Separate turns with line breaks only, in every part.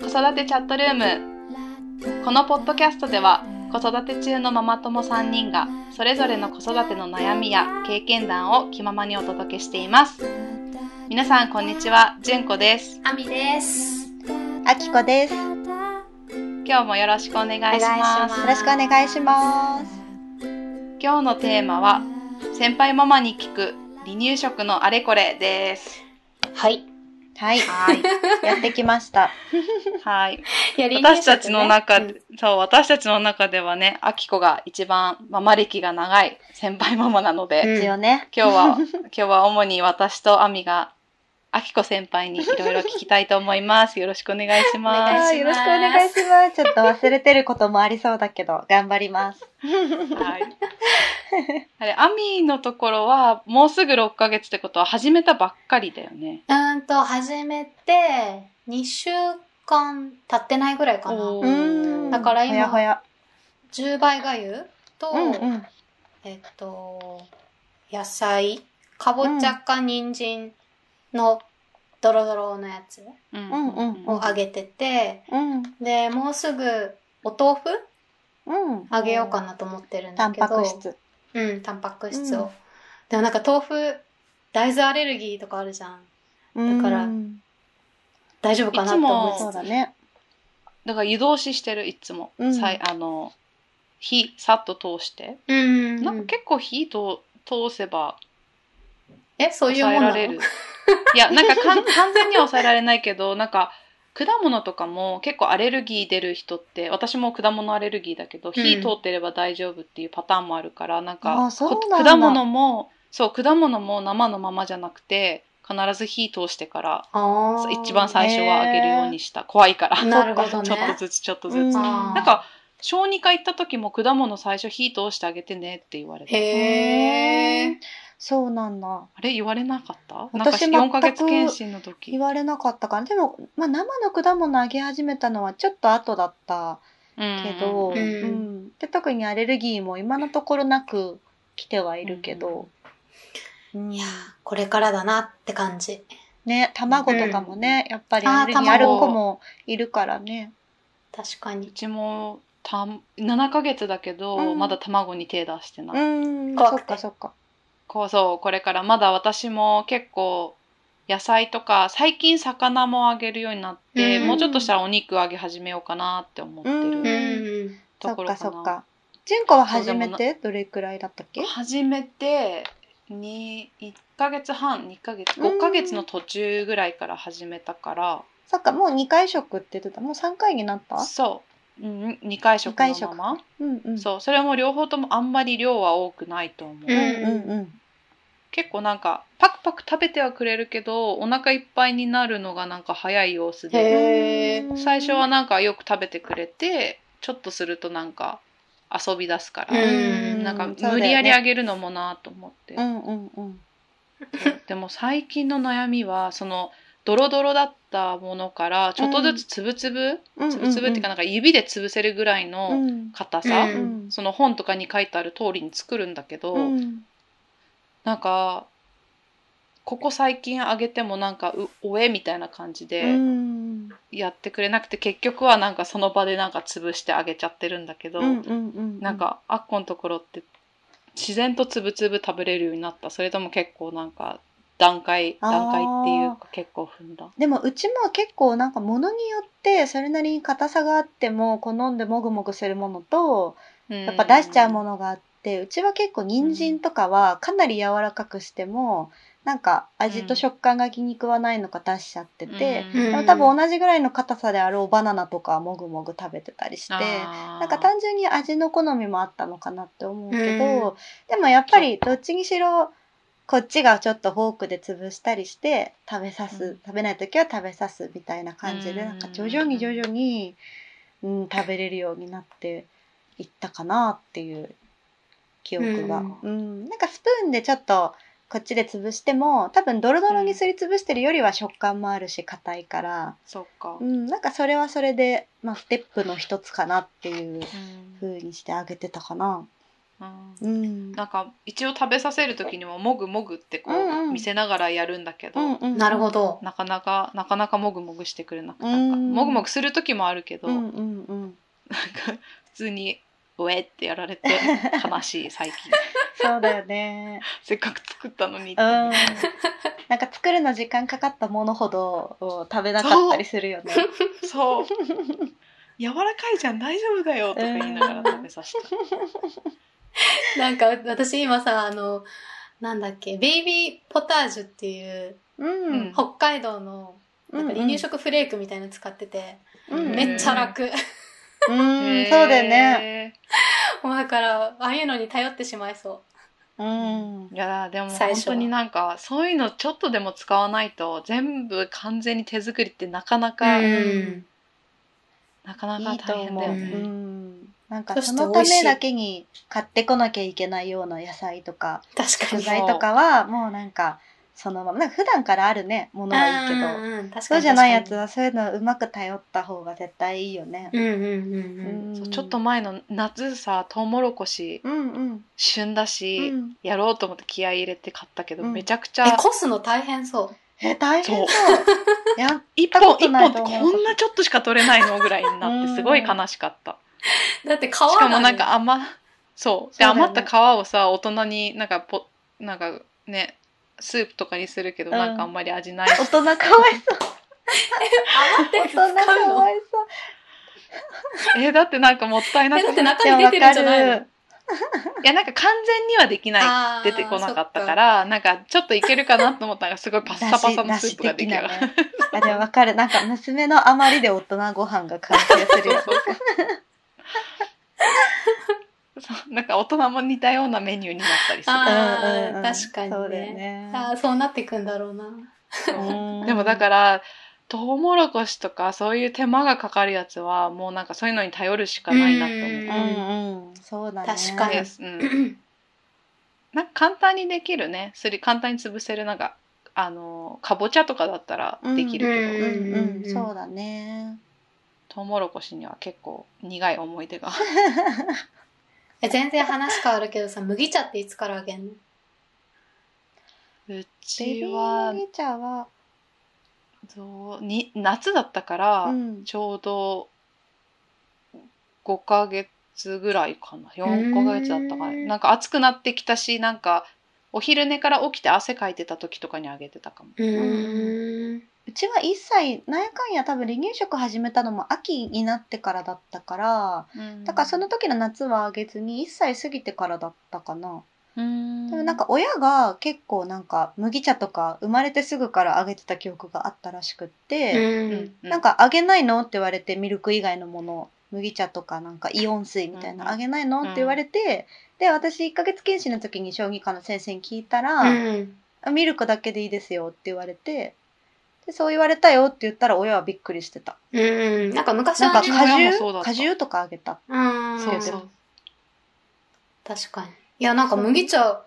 育てチャットルームこのポッドキャストでは子育て中のママ友3人がそれぞれの子育ての悩みや経験談を気ままにお届けしています皆さんこんにちはじゅんこです
あみです。
あきこです。よ
今日もよろしくお願いし
お
ます
願いします
ろしくお願いします。
今日のテーマは先輩ママに聞く離乳食のあれこれです
はい。
はい、
はい
やってきました。
はい
いや
私たちの中
で
で、そう、私たちの中ではね、アキコが一番ママ歴が長い先輩ママなので、
うん
一応ね。
今日は、 今日は主に私とアミが、アキコ先輩にいろいろ聞きたいと思います。よろしくお願いし
お願
ま
いし
す。
あーよろしくお願いします。ちょっと忘れてることもありそうだけど、頑張ります。
はい。あれ、アミのところは、もうすぐ6ヶ月ってことは始めたばっかりだよね。
うーんと始めて2週間経ってないぐらいかな
お
うーん。
だから今
ほや
10倍がゆと、
ほや。うんうん。
えっと野菜かぼちゃか人参のドロドロのやつ
うん
うん
をあげてて、
うん。
でもうすぐお豆腐
うん。
あげようかなと思ってるん
タ
だ
ン
けど
パク質。
うんタンパク質を、
うん
でもなんか豆腐大豆アレルギーとかあるじゃん
うん
から大丈夫かなと思いつつ
そうだね。
だから湯通ししてる、いつも。
うん
さいあの、火、さっと通して。
うん
なんか結構火と通せば
えそういうも
抑
のな
えら
の
れる。いや、なんか かん完全には抑えられないけど、なんか果物とかも結構アレルギー出る人って、私も果物アレルギーだけど、火通ってれば大丈夫っていうパターンもあるから、なんか
あそう
こ
なんだ
果物も、そう、果物も生のままじゃなくて、必ず火通してから、
あー
一番最初はあげるようにした。怖いから。
なるほどね
ちょっとずつ、ちょっとず
うん
つ。
あー
なんか、小児科行った時も果物最初火通してあげてねって言われて。
へえ
そうなんだ。
あれ言われなかったなんか
私
4ヶ
全
月
く
検診の時。
言われなかったから。でも、まあ、生の果物あげ始めたのはちょっと後だったけど、
う
うんん
うん
で特にアレルギーも今のところなく来てはいるけど、うん
いやーこれからだなって感じ
ね卵とかもね、やっぱり
あー
アレルギーある子もいるからね。
確か
う
に
ちもた7ヶ月だけど、
うん
まだ卵に手出してな
う
い、
ん、
怖
そ
く
ってかそっか。
こうそうこれからまだ私も結構野菜とか最近魚もあげるようになって、
うん
もうちょっとしたらお肉あげ始めようかなって思って
う
う
る
ん
ん
そ
とこ
っ
ろ
か
かな、
そっか。純子は
そうで
初
もな
めてどれくらいだったっけ？
初めてに1ヶ月半2ヶ月
うん
5ヶ月の途中ぐらいから始めたから、
そっかもう二回食って言ってた。もう三回になった？
そう、うん、2回食の
二回食
まま、
うんうん。
そうそれも両方ともあんまり量は多くないと思う、
うん
うんうん
結構なんかパクパク食べてはくれるけどお腹いっぱいになるのがなんか早い様子
へ
で
え
うん。
最初はなんかよく食べてくれてちょっとするとなんか遊び出すから、
うん
なんか
そうだよね
無理やりあげるのもなと思って、
うんうんうん。
そうでも最近の悩みはそのドロドロだったものからちょっとずつつぶつぶ
うん
つぶつぶっていうかなんか指で潰せるぐらいの硬
う
さ、
ん
うん
その本とかに書いてある通りに作るんだけど、
うん
なんかここ最近あげてもなんかうおえみたいな感じ
う
で
ん
やってくれなくて、結局はなんかその場でなんか潰してあげちゃってるんだけど、
うんうんうん。
なんかあっこのところって自然とつぶつぶ食べれるようになったそれとも結構なんか段階
あー
段階っていうか結構踏んだ。
でもうちも結構なんか物によってそれなりに硬さがあっても好んでもぐもぐするものとやっぱ出しちゃうも
の
のがあってうちは結構人参とかはかなり柔らかくしてもなんか味と食感が気に食わないのか出しちゃってて、
うん
でも多分同じぐらいの硬さであろうバナナとかはもぐもぐ食べてたりして
な
なんか単純に味の好みもあったのかなって思うけど、でもやっぱりどっちにしろこっちがちょっとフォークで潰したりして食べさす、
うん
食べない時は食べさすみたいな感じで、
うん
なんか徐々に徐々に、うん、食べれるようになっていったかなっていう記憶が、うんなんかスプーンでちょっとこっちで潰しても多分ドロドロにすり潰してるよりは食感もあるし硬いから、
そうか
う、ん、なんかそれはそれで、まあ、ステップの一つかなっていう
うん
風にしてあげてたかな。
うん
うん
なんか一応食べさせる時にももぐもぐってこう、
うんうん
見せながらやるんだけど、
うんうん
なるほど。
なかなかなかなかもぐもぐしてくれなくて
う
な
ん
んかもぐもぐする時もあるけど、
う
なん
んうんうん
か普通に「ウえ」ってやら れて悲しい最近
そうだよね
せっかく作ったのにって
うんなんか作るの時間かかったものほどを食べなかったりするよね
そう柔らかいじゃん大丈夫だよとか言いながら食べさせた、
なんか私今さ、あの、なんだっけ、ベイビーポタージュっていう
うん
北海道のなんか離乳食フレークみたいなの使ってて、
うんうん
めっちゃ楽。
うん
へー
そうだよね
もうだから、ああいうのに頼ってしまいそ
うん
いやーでも
最
本
初は
当になんかそういうのちょっとでも使わないと全部完全に手作りってなかな
う。
か、
うん
なかない
い
か
と
大変
思
だ
う、
よ
う
ね。
ん、なんか
そして
そのた
美味し
め
い
だけに買ってこなきゃいけないような野菜とか
確か
食
に。
材とかはもうなんかそのままなんか普段からあるねものはいいけ
う
ど
んうんうん確かに
そうじゃないやつはそういうのうまく頼った方が絶対いいよね。
うんうんうんうん。
そうちょっと前の夏さトウモロコシ
うんうん
旬だ
う
し、
ん
やろうと思って気合い入れて買ったけど、
うん
めちゃくち
え
ゃ、
こすの大変そう。
え大変そう やん
一
たこ
本
と
一
な
本
い
って
と思う
こんなちょっとしか取れないのぐらいになっ
うん
てすごい悲しかった。
だって皮
しかもなん
が
か余そう
そうだ
で
よね
余った皮をさ大人になんかポなんかねスープとかにするけど、
うん
なんかあんまり味ない
大人かわいそう
余って
大
る
人か
使うの
わいそう
えだってなんかもったいな
え
く
だって
ない
中身出てるんじゃないの
わかる
いやなんか完全にはできない
あー
出てこなかったからなんかちょっといけるかなと思ったらすごいパッサパサの
だし
スープが出来上がる。
だし的なね あでもわかるなんか娘の余りで大人ご飯が完成す るよね
そうなんか大人も似たようなメニューになったりす
あー
うんうんうん
確かにね
そうだよね
ああそうなってくんだろうな
る
うん
でもだからトウモロコシとかそういう手間がかかるやつはもうなんかそういうのに頼るしかないなと思う
うん
うんうんそうだね
確かに
ですうん、なんか簡単にできるねすり簡単に潰せるなんかあのかぼちゃとかだったらできるけど、
うん
うん
うん
うんそうだね
トウモロコシには結構苦い思い出が
え全然話変わるけどさ麦茶っていつからあげんの
う
ベビ
ち
ー
は
麦茶は
どうに夏だったから、
うん
ちょうど5ヶ月ぐらいかな4ヶ月だったかな
うん
なんか暑くなってきたしなんかお昼寝から起きて汗かいてた時とかにあげてたかも。
う
ー
ん
うちは1歳なんやかんや多分離乳食始めたのも秋になってからだったからだからその時の夏はあげずに1歳過ぎてからだったかな
うん
でもなんか親が結構なんか麦茶とか生まれてすぐからあげてた記憶があったらしくって、
う
うん
ん
なんかあげないのって言われてミルク以外のもの麦茶とかなんかイオン水みたいな、
うん
あげないのって言われて、で私1ヶ月検診の時に小児科の先生に聞いたら、
うん
ミルクだけでいいですよって言われてでそう言われたよって言ったら親はびっくりしてた
うんなんか昔
なん
は
か
ね
うちの
果
親もそうだっ
汁
た
果汁とかあげた
うん
そうそう
確かにいやなんか麦茶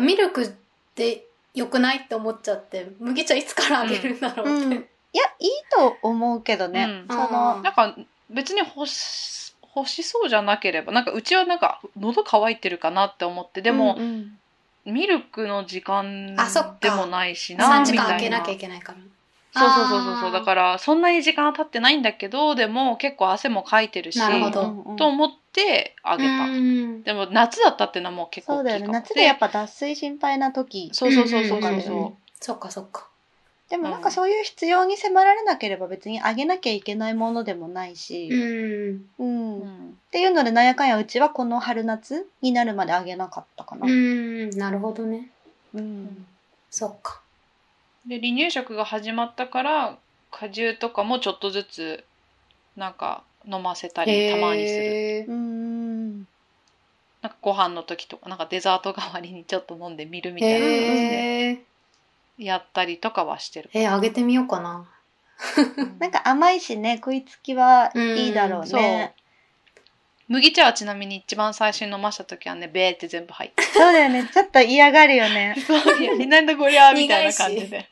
ミルクで良くないって思っちゃって麦茶いつからあげるんだろうっ
うん
て、
いやいいと思うけどね、
うん
その、
うん
なんか別に欲し欲しそうじゃなければなんかうちはなんか喉乾いてるかなって思ってでも、
うんうん
ミルクの時間
あそっか
でもないしな
3
み
時間
た
開
い
け
な
なきゃいけないから
そうそうそうそう
あ
そう
ー
だからそんなに時間は経ってないんだけどでも結構汗もかいてるし
なるほど
うんうん
と思ってあげた、
うん
でも夏だったっていうのはもう結構
そうだ
大
よ
きい
ね
かも
夏でやっぱ脱水心配な時
そうそうそうそう
うんうん
そううんそ
そっかそっか
でも
うん
なんかそういう必要に迫られなければ別にあげなきゃいけないものでもないし、
ん
うん
う、
っ
ん
ていうのでなんやかんやうちはこの春夏になるまであげなかったかな、
うんなるほどね
うん
そっか
で離乳食が始まったから果汁とかもちょっとずつなんか飲ませたりたまにする
へー
う
な
ん
んかご飯の時とかなんかデザート代わりにちょっと飲んでみるみたいな感じで
へえ
やったりとかはしてる、
えあげてみようかな
なんか甘いしね食いつきはいいだろう
そう
ね、
麦茶はちなみに一番最初に飲ました時はねべーって全部入って
そうだよねちょっと嫌がるよね
そういやみんなんだこりゃーみたいな感じで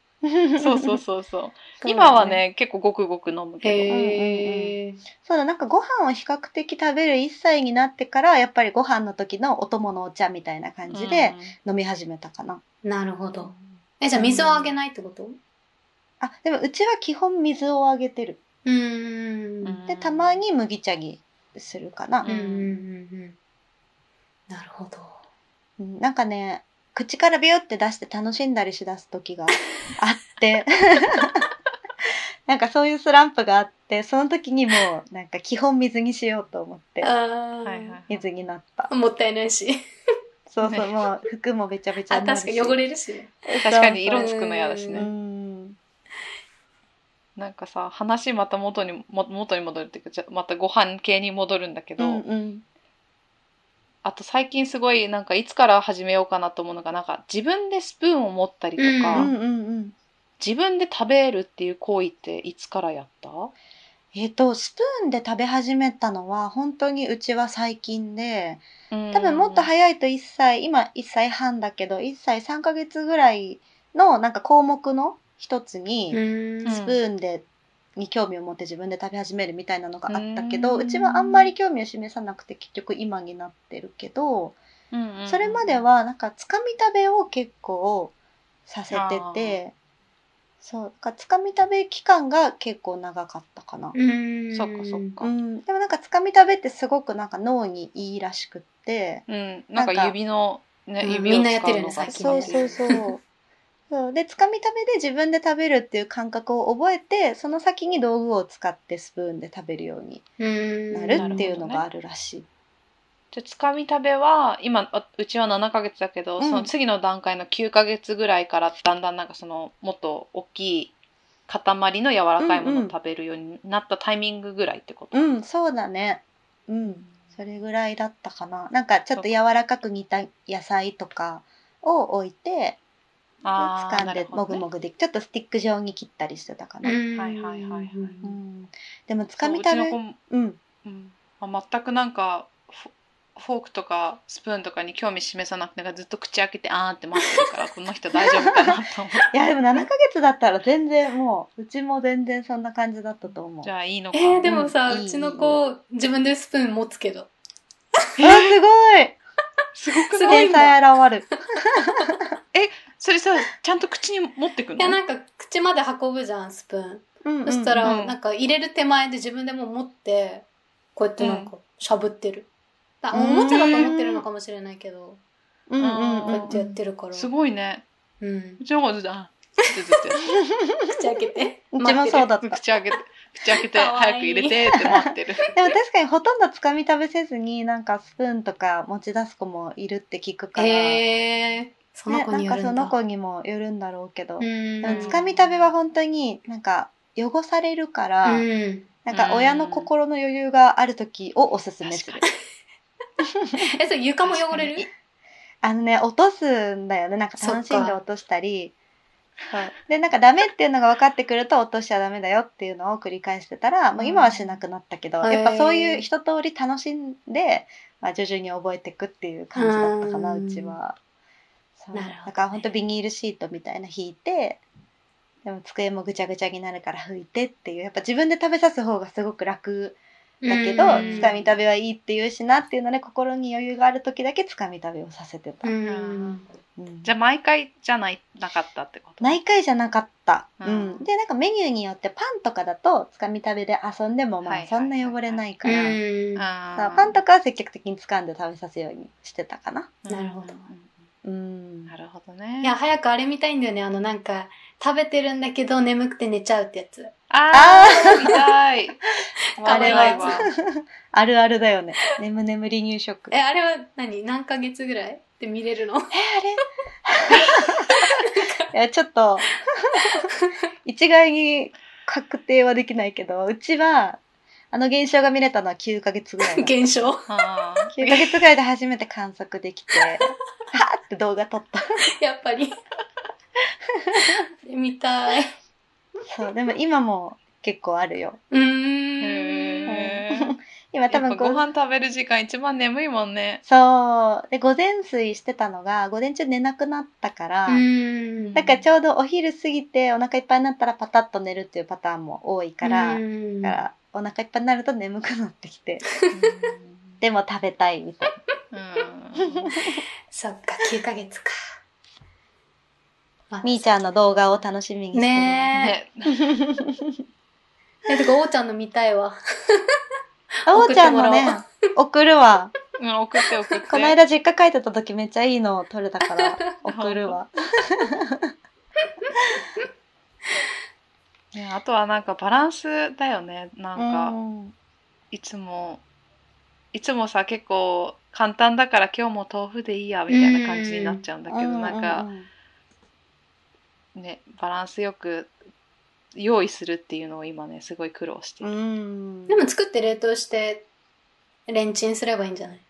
そうそうそうそう。今は、ね、結構ごくごく飲むけど。
へえ。
そうだ、なんかご飯を比較的食べる1歳になってから、やっぱりご飯の時のお供のお茶みたいな感じで飲み始めたかな。
なるほど。え、じゃあ水をあげないってこと
あ、でもうちは基本水をあげてる。
うーん。
うん
で、たまに麦茶にするかな
うんうんう。んうん。なるほど。
うんなんかね、口からビュって出して楽しんだりしだす 時があって、 なんかそういうスランプがあって、その時にもうなんか基本水にしようと思って、
あ
うんはい
ー
はいはい。
水になった。
もったいないし。
そうそう、
ね
もう服もべちゃべちゃ
あ、
にな
確
る
か
し
に汚れるしね。
確かに色つくの嫌だし
う
ね。
ん。
なんかさ、話また元にも、元に戻るっていうか、ちょまたご飯系に戻るんだけ
う
ど、
んうん。
あと最近すごい、なんかいつから始めようかなと思うのが、なんか自分でスプーンを持ったりと
う
か、
んうんうん。
自分で食べるっていう行為っていつからやった
えっと、スプーンで食べ始めたのは本当にうちは最近で、多
多
分もっと
い
早いと1歳、今1歳半だけど、1歳3ヶ月ぐらいのなんか項目の一つに、
うん
うん
スプーンで、に興味を持って自分で食べ始めるみたいなのがあったけど、
う
うんちはあんまり興味を示さなくて結局今になってるけど、それまではなんかつかみ食べを結構させてて、そう、なんかつかみ食べ期間が結構長かったかな。
うん。
そっかそっか
うん、でもなんかつかみ食べってすごくなんか脳にいいらしくって
うん、なんか指の、ね、
うん
指を使う
み
のが
んなやってるよね最近
そうそうそうそうでつかみ食べで自分で食べるっていう感覚を覚えてその先に道具を使ってスプーンで食べるように
うん。
なるっていうのがあるらしい、
じゃあつかみ食べは今あうちは7ヶ月だけど、
うん
その次の段階の9ヶ月ぐらいからだんだんなんかそのもっと大きい塊の柔らかいも
うんう
の
ん
を食べるようになったタイミングぐらいってこと、
うんそうだねうんそれぐらいだったかななんかちょっと柔らかく煮た野菜とかを置いて
あー
掴ん
な
で
る
も
ほど
ぐ
ね
もぐでちょっとスティック状に切ったりしてたかな、
うん。
はいはいはいはい
うんでもつ
そ
か
う
み
う
食
ちの
べ
子も、
うん
うんまあ、全くなんかフォフォークとかスプーンとかに興味示さなくてなんかずっと口開けてあーって待ってるからこの人大丈夫かなと思 って
いやでも7ヶ月だったら全然もううちも全然そんな感じだったと思う。
じゃあいいのか、
えー、でもさ、
うん
うちの子、自分でスプーン持つけど。
あすごい
すごく
す
な
ご
い
い
天
んだ
才現る。
それさちゃんと口に持ってくの
いや、なんか、口まで運ぶじゃん、スプーン。
うんう
そ
ん
した
うんう
ら、
ん
なんか、入れる手前で自分でもう持って、こうやってなんか、しゃぶってる。だ
うん
おもちゃだと思ってるのかもしれないけど、
うんうん
こ
う
うんやってやってるから。
すごいね
うん
う。ちの子はずっとあずっとずっ
口開けて。
うちもそうだった。
と
でも
口開けて口開けて
かわいい
早く入れてって待ってる
確かにほとんどつかみ食べせずになんかスプーンとか持ち出す子もいるって聞くから、ね、
へえー。その子
な
に
ん
よ
か
るん
そ
だ。
の子にもよるんだろうけど、
うん。
でもつかみ食べは本当になんか汚されるから、
うん。
なんか親の心の余裕がある時をおすすめする。
え、それ床も汚れる
あのね、落とすんだよね。なんか楽しんで落としたり。そうで、なんかダメっていうのが分かってくると落としちゃダメだよっていうのを繰り返してたら、もう今はしなくなったけど、
うん
やっぱそういう一通り楽しんで、まあ、徐々に覚えていくっていう感じだったかな、
うん
うちは。そう。
なるほどね
だから本当ビニールシートみたいな引いて、でも机もぐちゃぐちゃになるから拭いてっていう、やっぱ自分で食べさす方がすごく楽だけど、
うん
つかみ食べはいいっていうしなっていうので、心に余裕がある時だけつかみ食べをさせてた。
うん。
うん
じゃあ毎回じゃないなかったってこと
毎回じゃなかった、
う
うんんでなんかメニューによってパンとかだとつかみ食べで遊んでも
はい
ま
は
あ
い
そんな汚れないか
う
ら、
ん。
そう
あ
パンとかは積極的に掴んで食べさせるようにしてたかな
か
なるほど
うん
なるほどね
いや、早くあれ見たいんだよね。あの、なんか、食べてるんだけど眠くて寝ちゃうってやつ。
あー見たい
あれ
笑え
は
ないわ
あるあるだよね眠眠り入食
え、あれは何何ヶ月ぐらいで見れるの
いやちょっと一概に確定はできないけどうちはあの現象が見れたのは9ヶ月ぐらいだった
現象。
あ
9ヶ 月ぐらいで初めて観測できて はーって動画撮った
やっぱり。 見たい。
そうでも今も結構あるよ
う
ー
ーん。
へー
今多
やっぱ
分
ご
ご
飯食べる時間一番眠いもんね。
そうで午前睡してたのが午前中寝なくなったから、
うん
だからちょうどお昼過ぎてお腹いっぱいになったらパタッと寝るっていうパターンも多いから、
うん
だからお腹いっぱいになると眠くなってきてでも食べたいみたいな
うん
そっか9ヶ月か、まあ
みーちゃんの動画を楽しみにしてる
ね
ね、
ええてかおーちゃんの見たいわ
あおーちゃん
送
も
ってもら
ね送るわ
うん送って送って。
この間実家帰ってた時めっちゃいいのを撮れ たから送るわ
ねあとはなんかバランスだよね。なんか、
うん
いつもいつもさ結構簡単だから今日も豆腐でいいやみたいな感じになっちゃうんだけど、なん
う
か
う
ねバランスよく用意するっていうのを今ねすごい苦労して
う
る、
ん
でも作って冷凍してレンチンすればいいんじゃない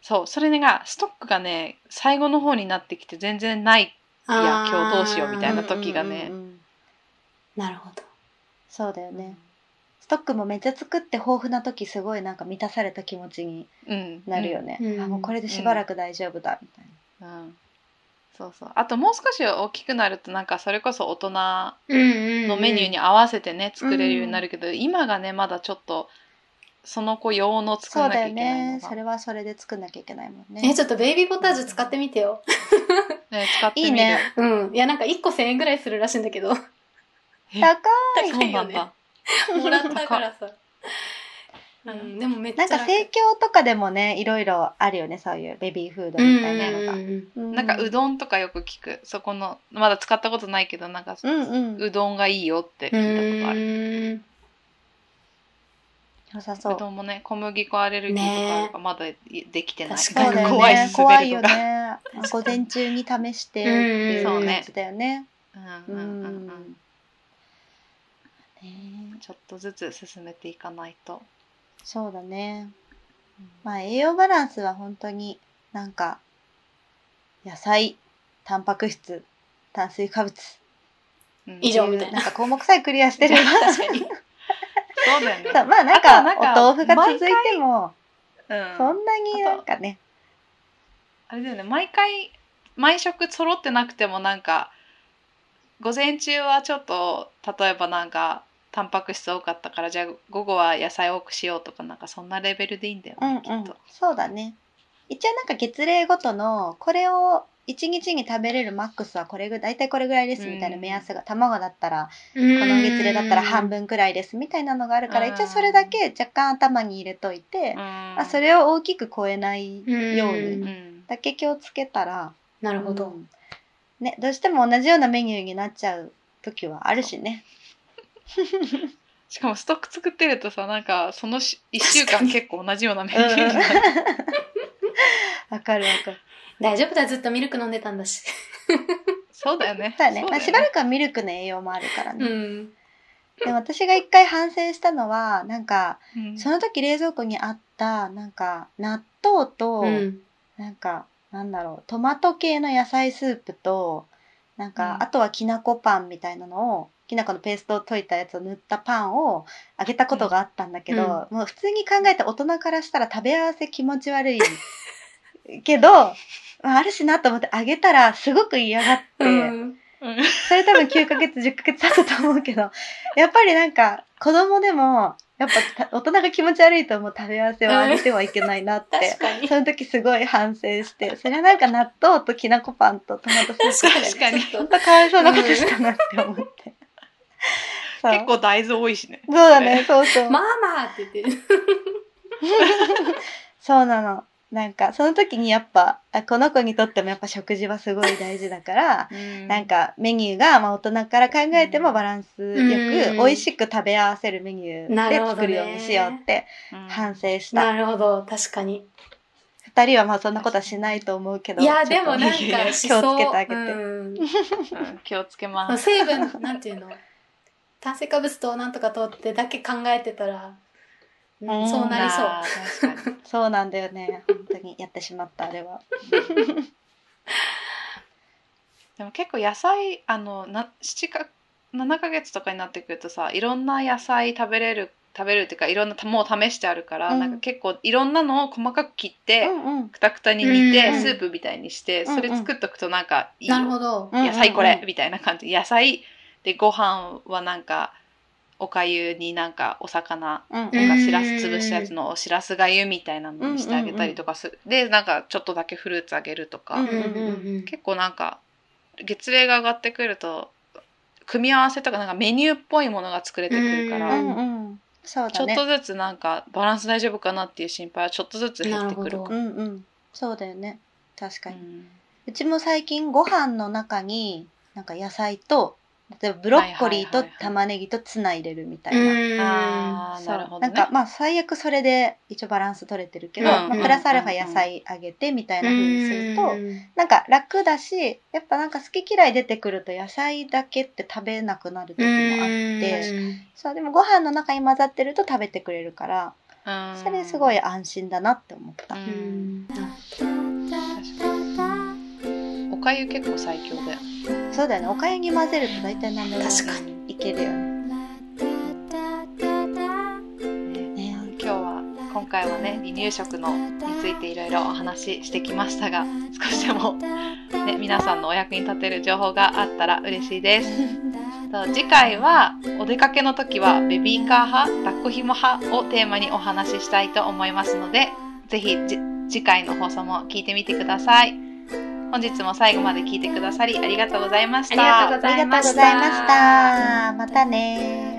そうそれがストックがね最後の方になってきて全然ない
い
や今日どうしようみたいな
な
時がね
うんうんうんうん
なるほど
そうだよねストックもめっちゃ作って豊富な時すごいなんか満たされた気持ちに
うん
なるよ、ね、
うん
あもうこれでしばらく大丈夫だみたいな、
うんうんそうそうあともう少し大きくなるとなんかそれこそ大人
うんうんうん
のメニューに合わせてね作れるようになるけど、今がねまだちょっとその子用の作
そ
ら
う
なきゃ
だよ
いけないの
ね
が
それはそれで作んなきゃいけないもんね
えちょっとベイビーポタージュ使ってみてよ
ね、使ってみ
い
る
いね
うんいやなんか1個1000円ぐらいするらしいんだけど
え
高
高
そう
い
な
よ
ん
ね
だ。
もらったからさ うんでもめっ
い
ちゃ
なんか
楽
生協とかでもねいろいろあるよねそういうベビーフード
うん
みたいなのが、
うん
う
なんかうどんとかよく聞く。そこのまだ使ったことないけどなんか、
うんうん
うどんがいいよって
うん
聞いたことある。
うん
良さ
う
そう
どんもね小麦粉アレルギーとかあるからまだできてない。
確
そうだよ ね
怖いし
怖
滑
い
る
よ
とか。
ね午前中に試してっていう
うんうん
やつだよね
う
う
う
んんうんん
う
う
う
ん
ん
んね
ちょっとずつ進めていかないと。
そうだね
うん
まあ栄養バランスは本当になんか野菜タンパク質炭水化物
うん
以上みたいな
なんか項目さえクリアしてれば
確か に
そうだよね。
そうまあなん
あとはなん
か
か
お豆腐が続いても
うん
そんなになんかね
あれだよね毎回毎食揃ってなくてもなんか午前中はちょっと例えばなんかタンパク質多かったからじゃあ午後は野菜多くしようとかなんかそんなレベルでいいんだよ
う
ね、
んうん
きっと。
そうだね一応なんか月例ごとのこれを1日に食べれるマックスはこれぐらい大体これぐらいですみたいな目安が卵だったら
こ
この月例だったら半分くらいですみたいなのがあるから
うん
一応それだけ若干頭に入れといて
あ
あそれを大きく超えないよ
う
うに
ん
だけ気をつけたら
なるほ
う
ど
んねどうしても同じようなメニューになっちゃう時はある しね
しかもストック作ってるとさなんか その1週
確か
間
に
結構同じようなメニューになる
わかるわかる
大丈夫だよずっとミルク飲んでたんだし
そうだよね。
そうだね
そう
ま
だ
あ、
よ
しばらくはミルクの栄養もあるからね、
ん
でも私が一回反省したのはなんか
うん
その時冷蔵庫にあったなんか納豆と、
うん
なんかなんだろうトマト系の野菜スープとなんか、
うん
あとはきなこパンみたいなのをきなこのペーストを溶いたやつを塗ったパンを揚げたことがあったんだけど、もう普通に考えて大人からしたら食べ合わせ気持ち悪いけど、まあ、あるしなと思って揚げたらすごく嫌がって、
うん
うん
それ多分9ヶ月10ヶ月経ったと思うけどやっぱりなんか子供でもやっぱた大人が気持ち悪いと思う食べ合わせは揚げてはいけないなって
確 かに
その時すごい反省して、それはなんか納豆ときなこパンとトマトスープ
確かに
ちょっ
本
と
当かわいそうなことしたなって思 って。そう
結構大豆多いしね。
そうだね、そうそう。
ママって言ってる
そうなの。なんかその時にやっぱあこの子にとってもやっぱ食事はすごい大事だから、
う
なんかメニューがまあ大人から考えてもバランスよく
うん
美味しく食べ合わせるメニュ
な
ーで
るほどね
作るようにしようって
うん
反省した、
なるほど確かに
二人はまあそんなことはしないと思うけど
いや
ちょ
で
っと
もなんか
いやいや
し
気
そ
を
う
つけてあげて
うん
うん気をつけます。
成分なんていうの炭水化物となんとかとってだけ考えてたら、うん
うん
そうなりそう
あー確かに
そうなんだよね本当にやってしまったあれは
でも結構野菜あのな7か7ヶ月とかになってくるとさいろんな野菜食べれる食べるっていうかいろんなもう試してあるから、
うん
なんか結構いろんなのを細かく切って、
うん
くたくたに煮て、
うん
スープみたいにして、
うん
それ作っとくとなんかいいよ
なるほど。
うん
野菜これ、みたいな感じ野菜でご飯はなんかおかゆになんかお魚
うん
なん
うん
か
うん
しらす潰したやつのおしらすがゆみたいなのにしてあげたりとかする、でなんかちょっとだけフルーツあげるとか、
うん
うんうんうん。
結構なんか月齢が上がってくると組み合わせとかなんかメニューっぽいものが作れてくるか
う
ら、
うん
んうんそう
ちょ
だ
っ
ね
とずつなんかバランス大丈夫かなっていう心配はちょっとずつ減ってくる
な
か
るほ
ら。
うんうんそうだよね確か
う
に、うんちも最近ご飯の中になんか野菜と例えばブロッコリー
はい
と
はいはいはい
玉ねぎとつないでるみたいな、
うん。
あー
そう
なるほどね。
なんかまあ最悪それで一応バランス取れてるけど、
うん
まあ、プラスアルファ野菜あげてみたいな風にすると、
うん
なんか楽だしやっぱなんか好き嫌い出てくると野菜だけって食べなくなる時もあってそうでもご飯の中に混ざってると食べてくれるから
うん
それすごい安心だなって思った、
う
うんん
確かにおかゆ結構最強だよ
そうだよねおかゆに混ぜると大体何でも
確か
いけるよね
ね
ね
今日は今回はね離乳食のについていろいろお話ししてきましたが少しでも、ね、皆さんのお役に立てる情報があったら嬉しいですと次回はお出かけの時はベビーカー派抱っこひも派をテーマにお話ししたいと思いますのでぜひじ次回の放送も聞いてみてください本日も最後まで聞いてくださりありがとうございまし
あ
た
りがとうございました
ありがとうございましたまたね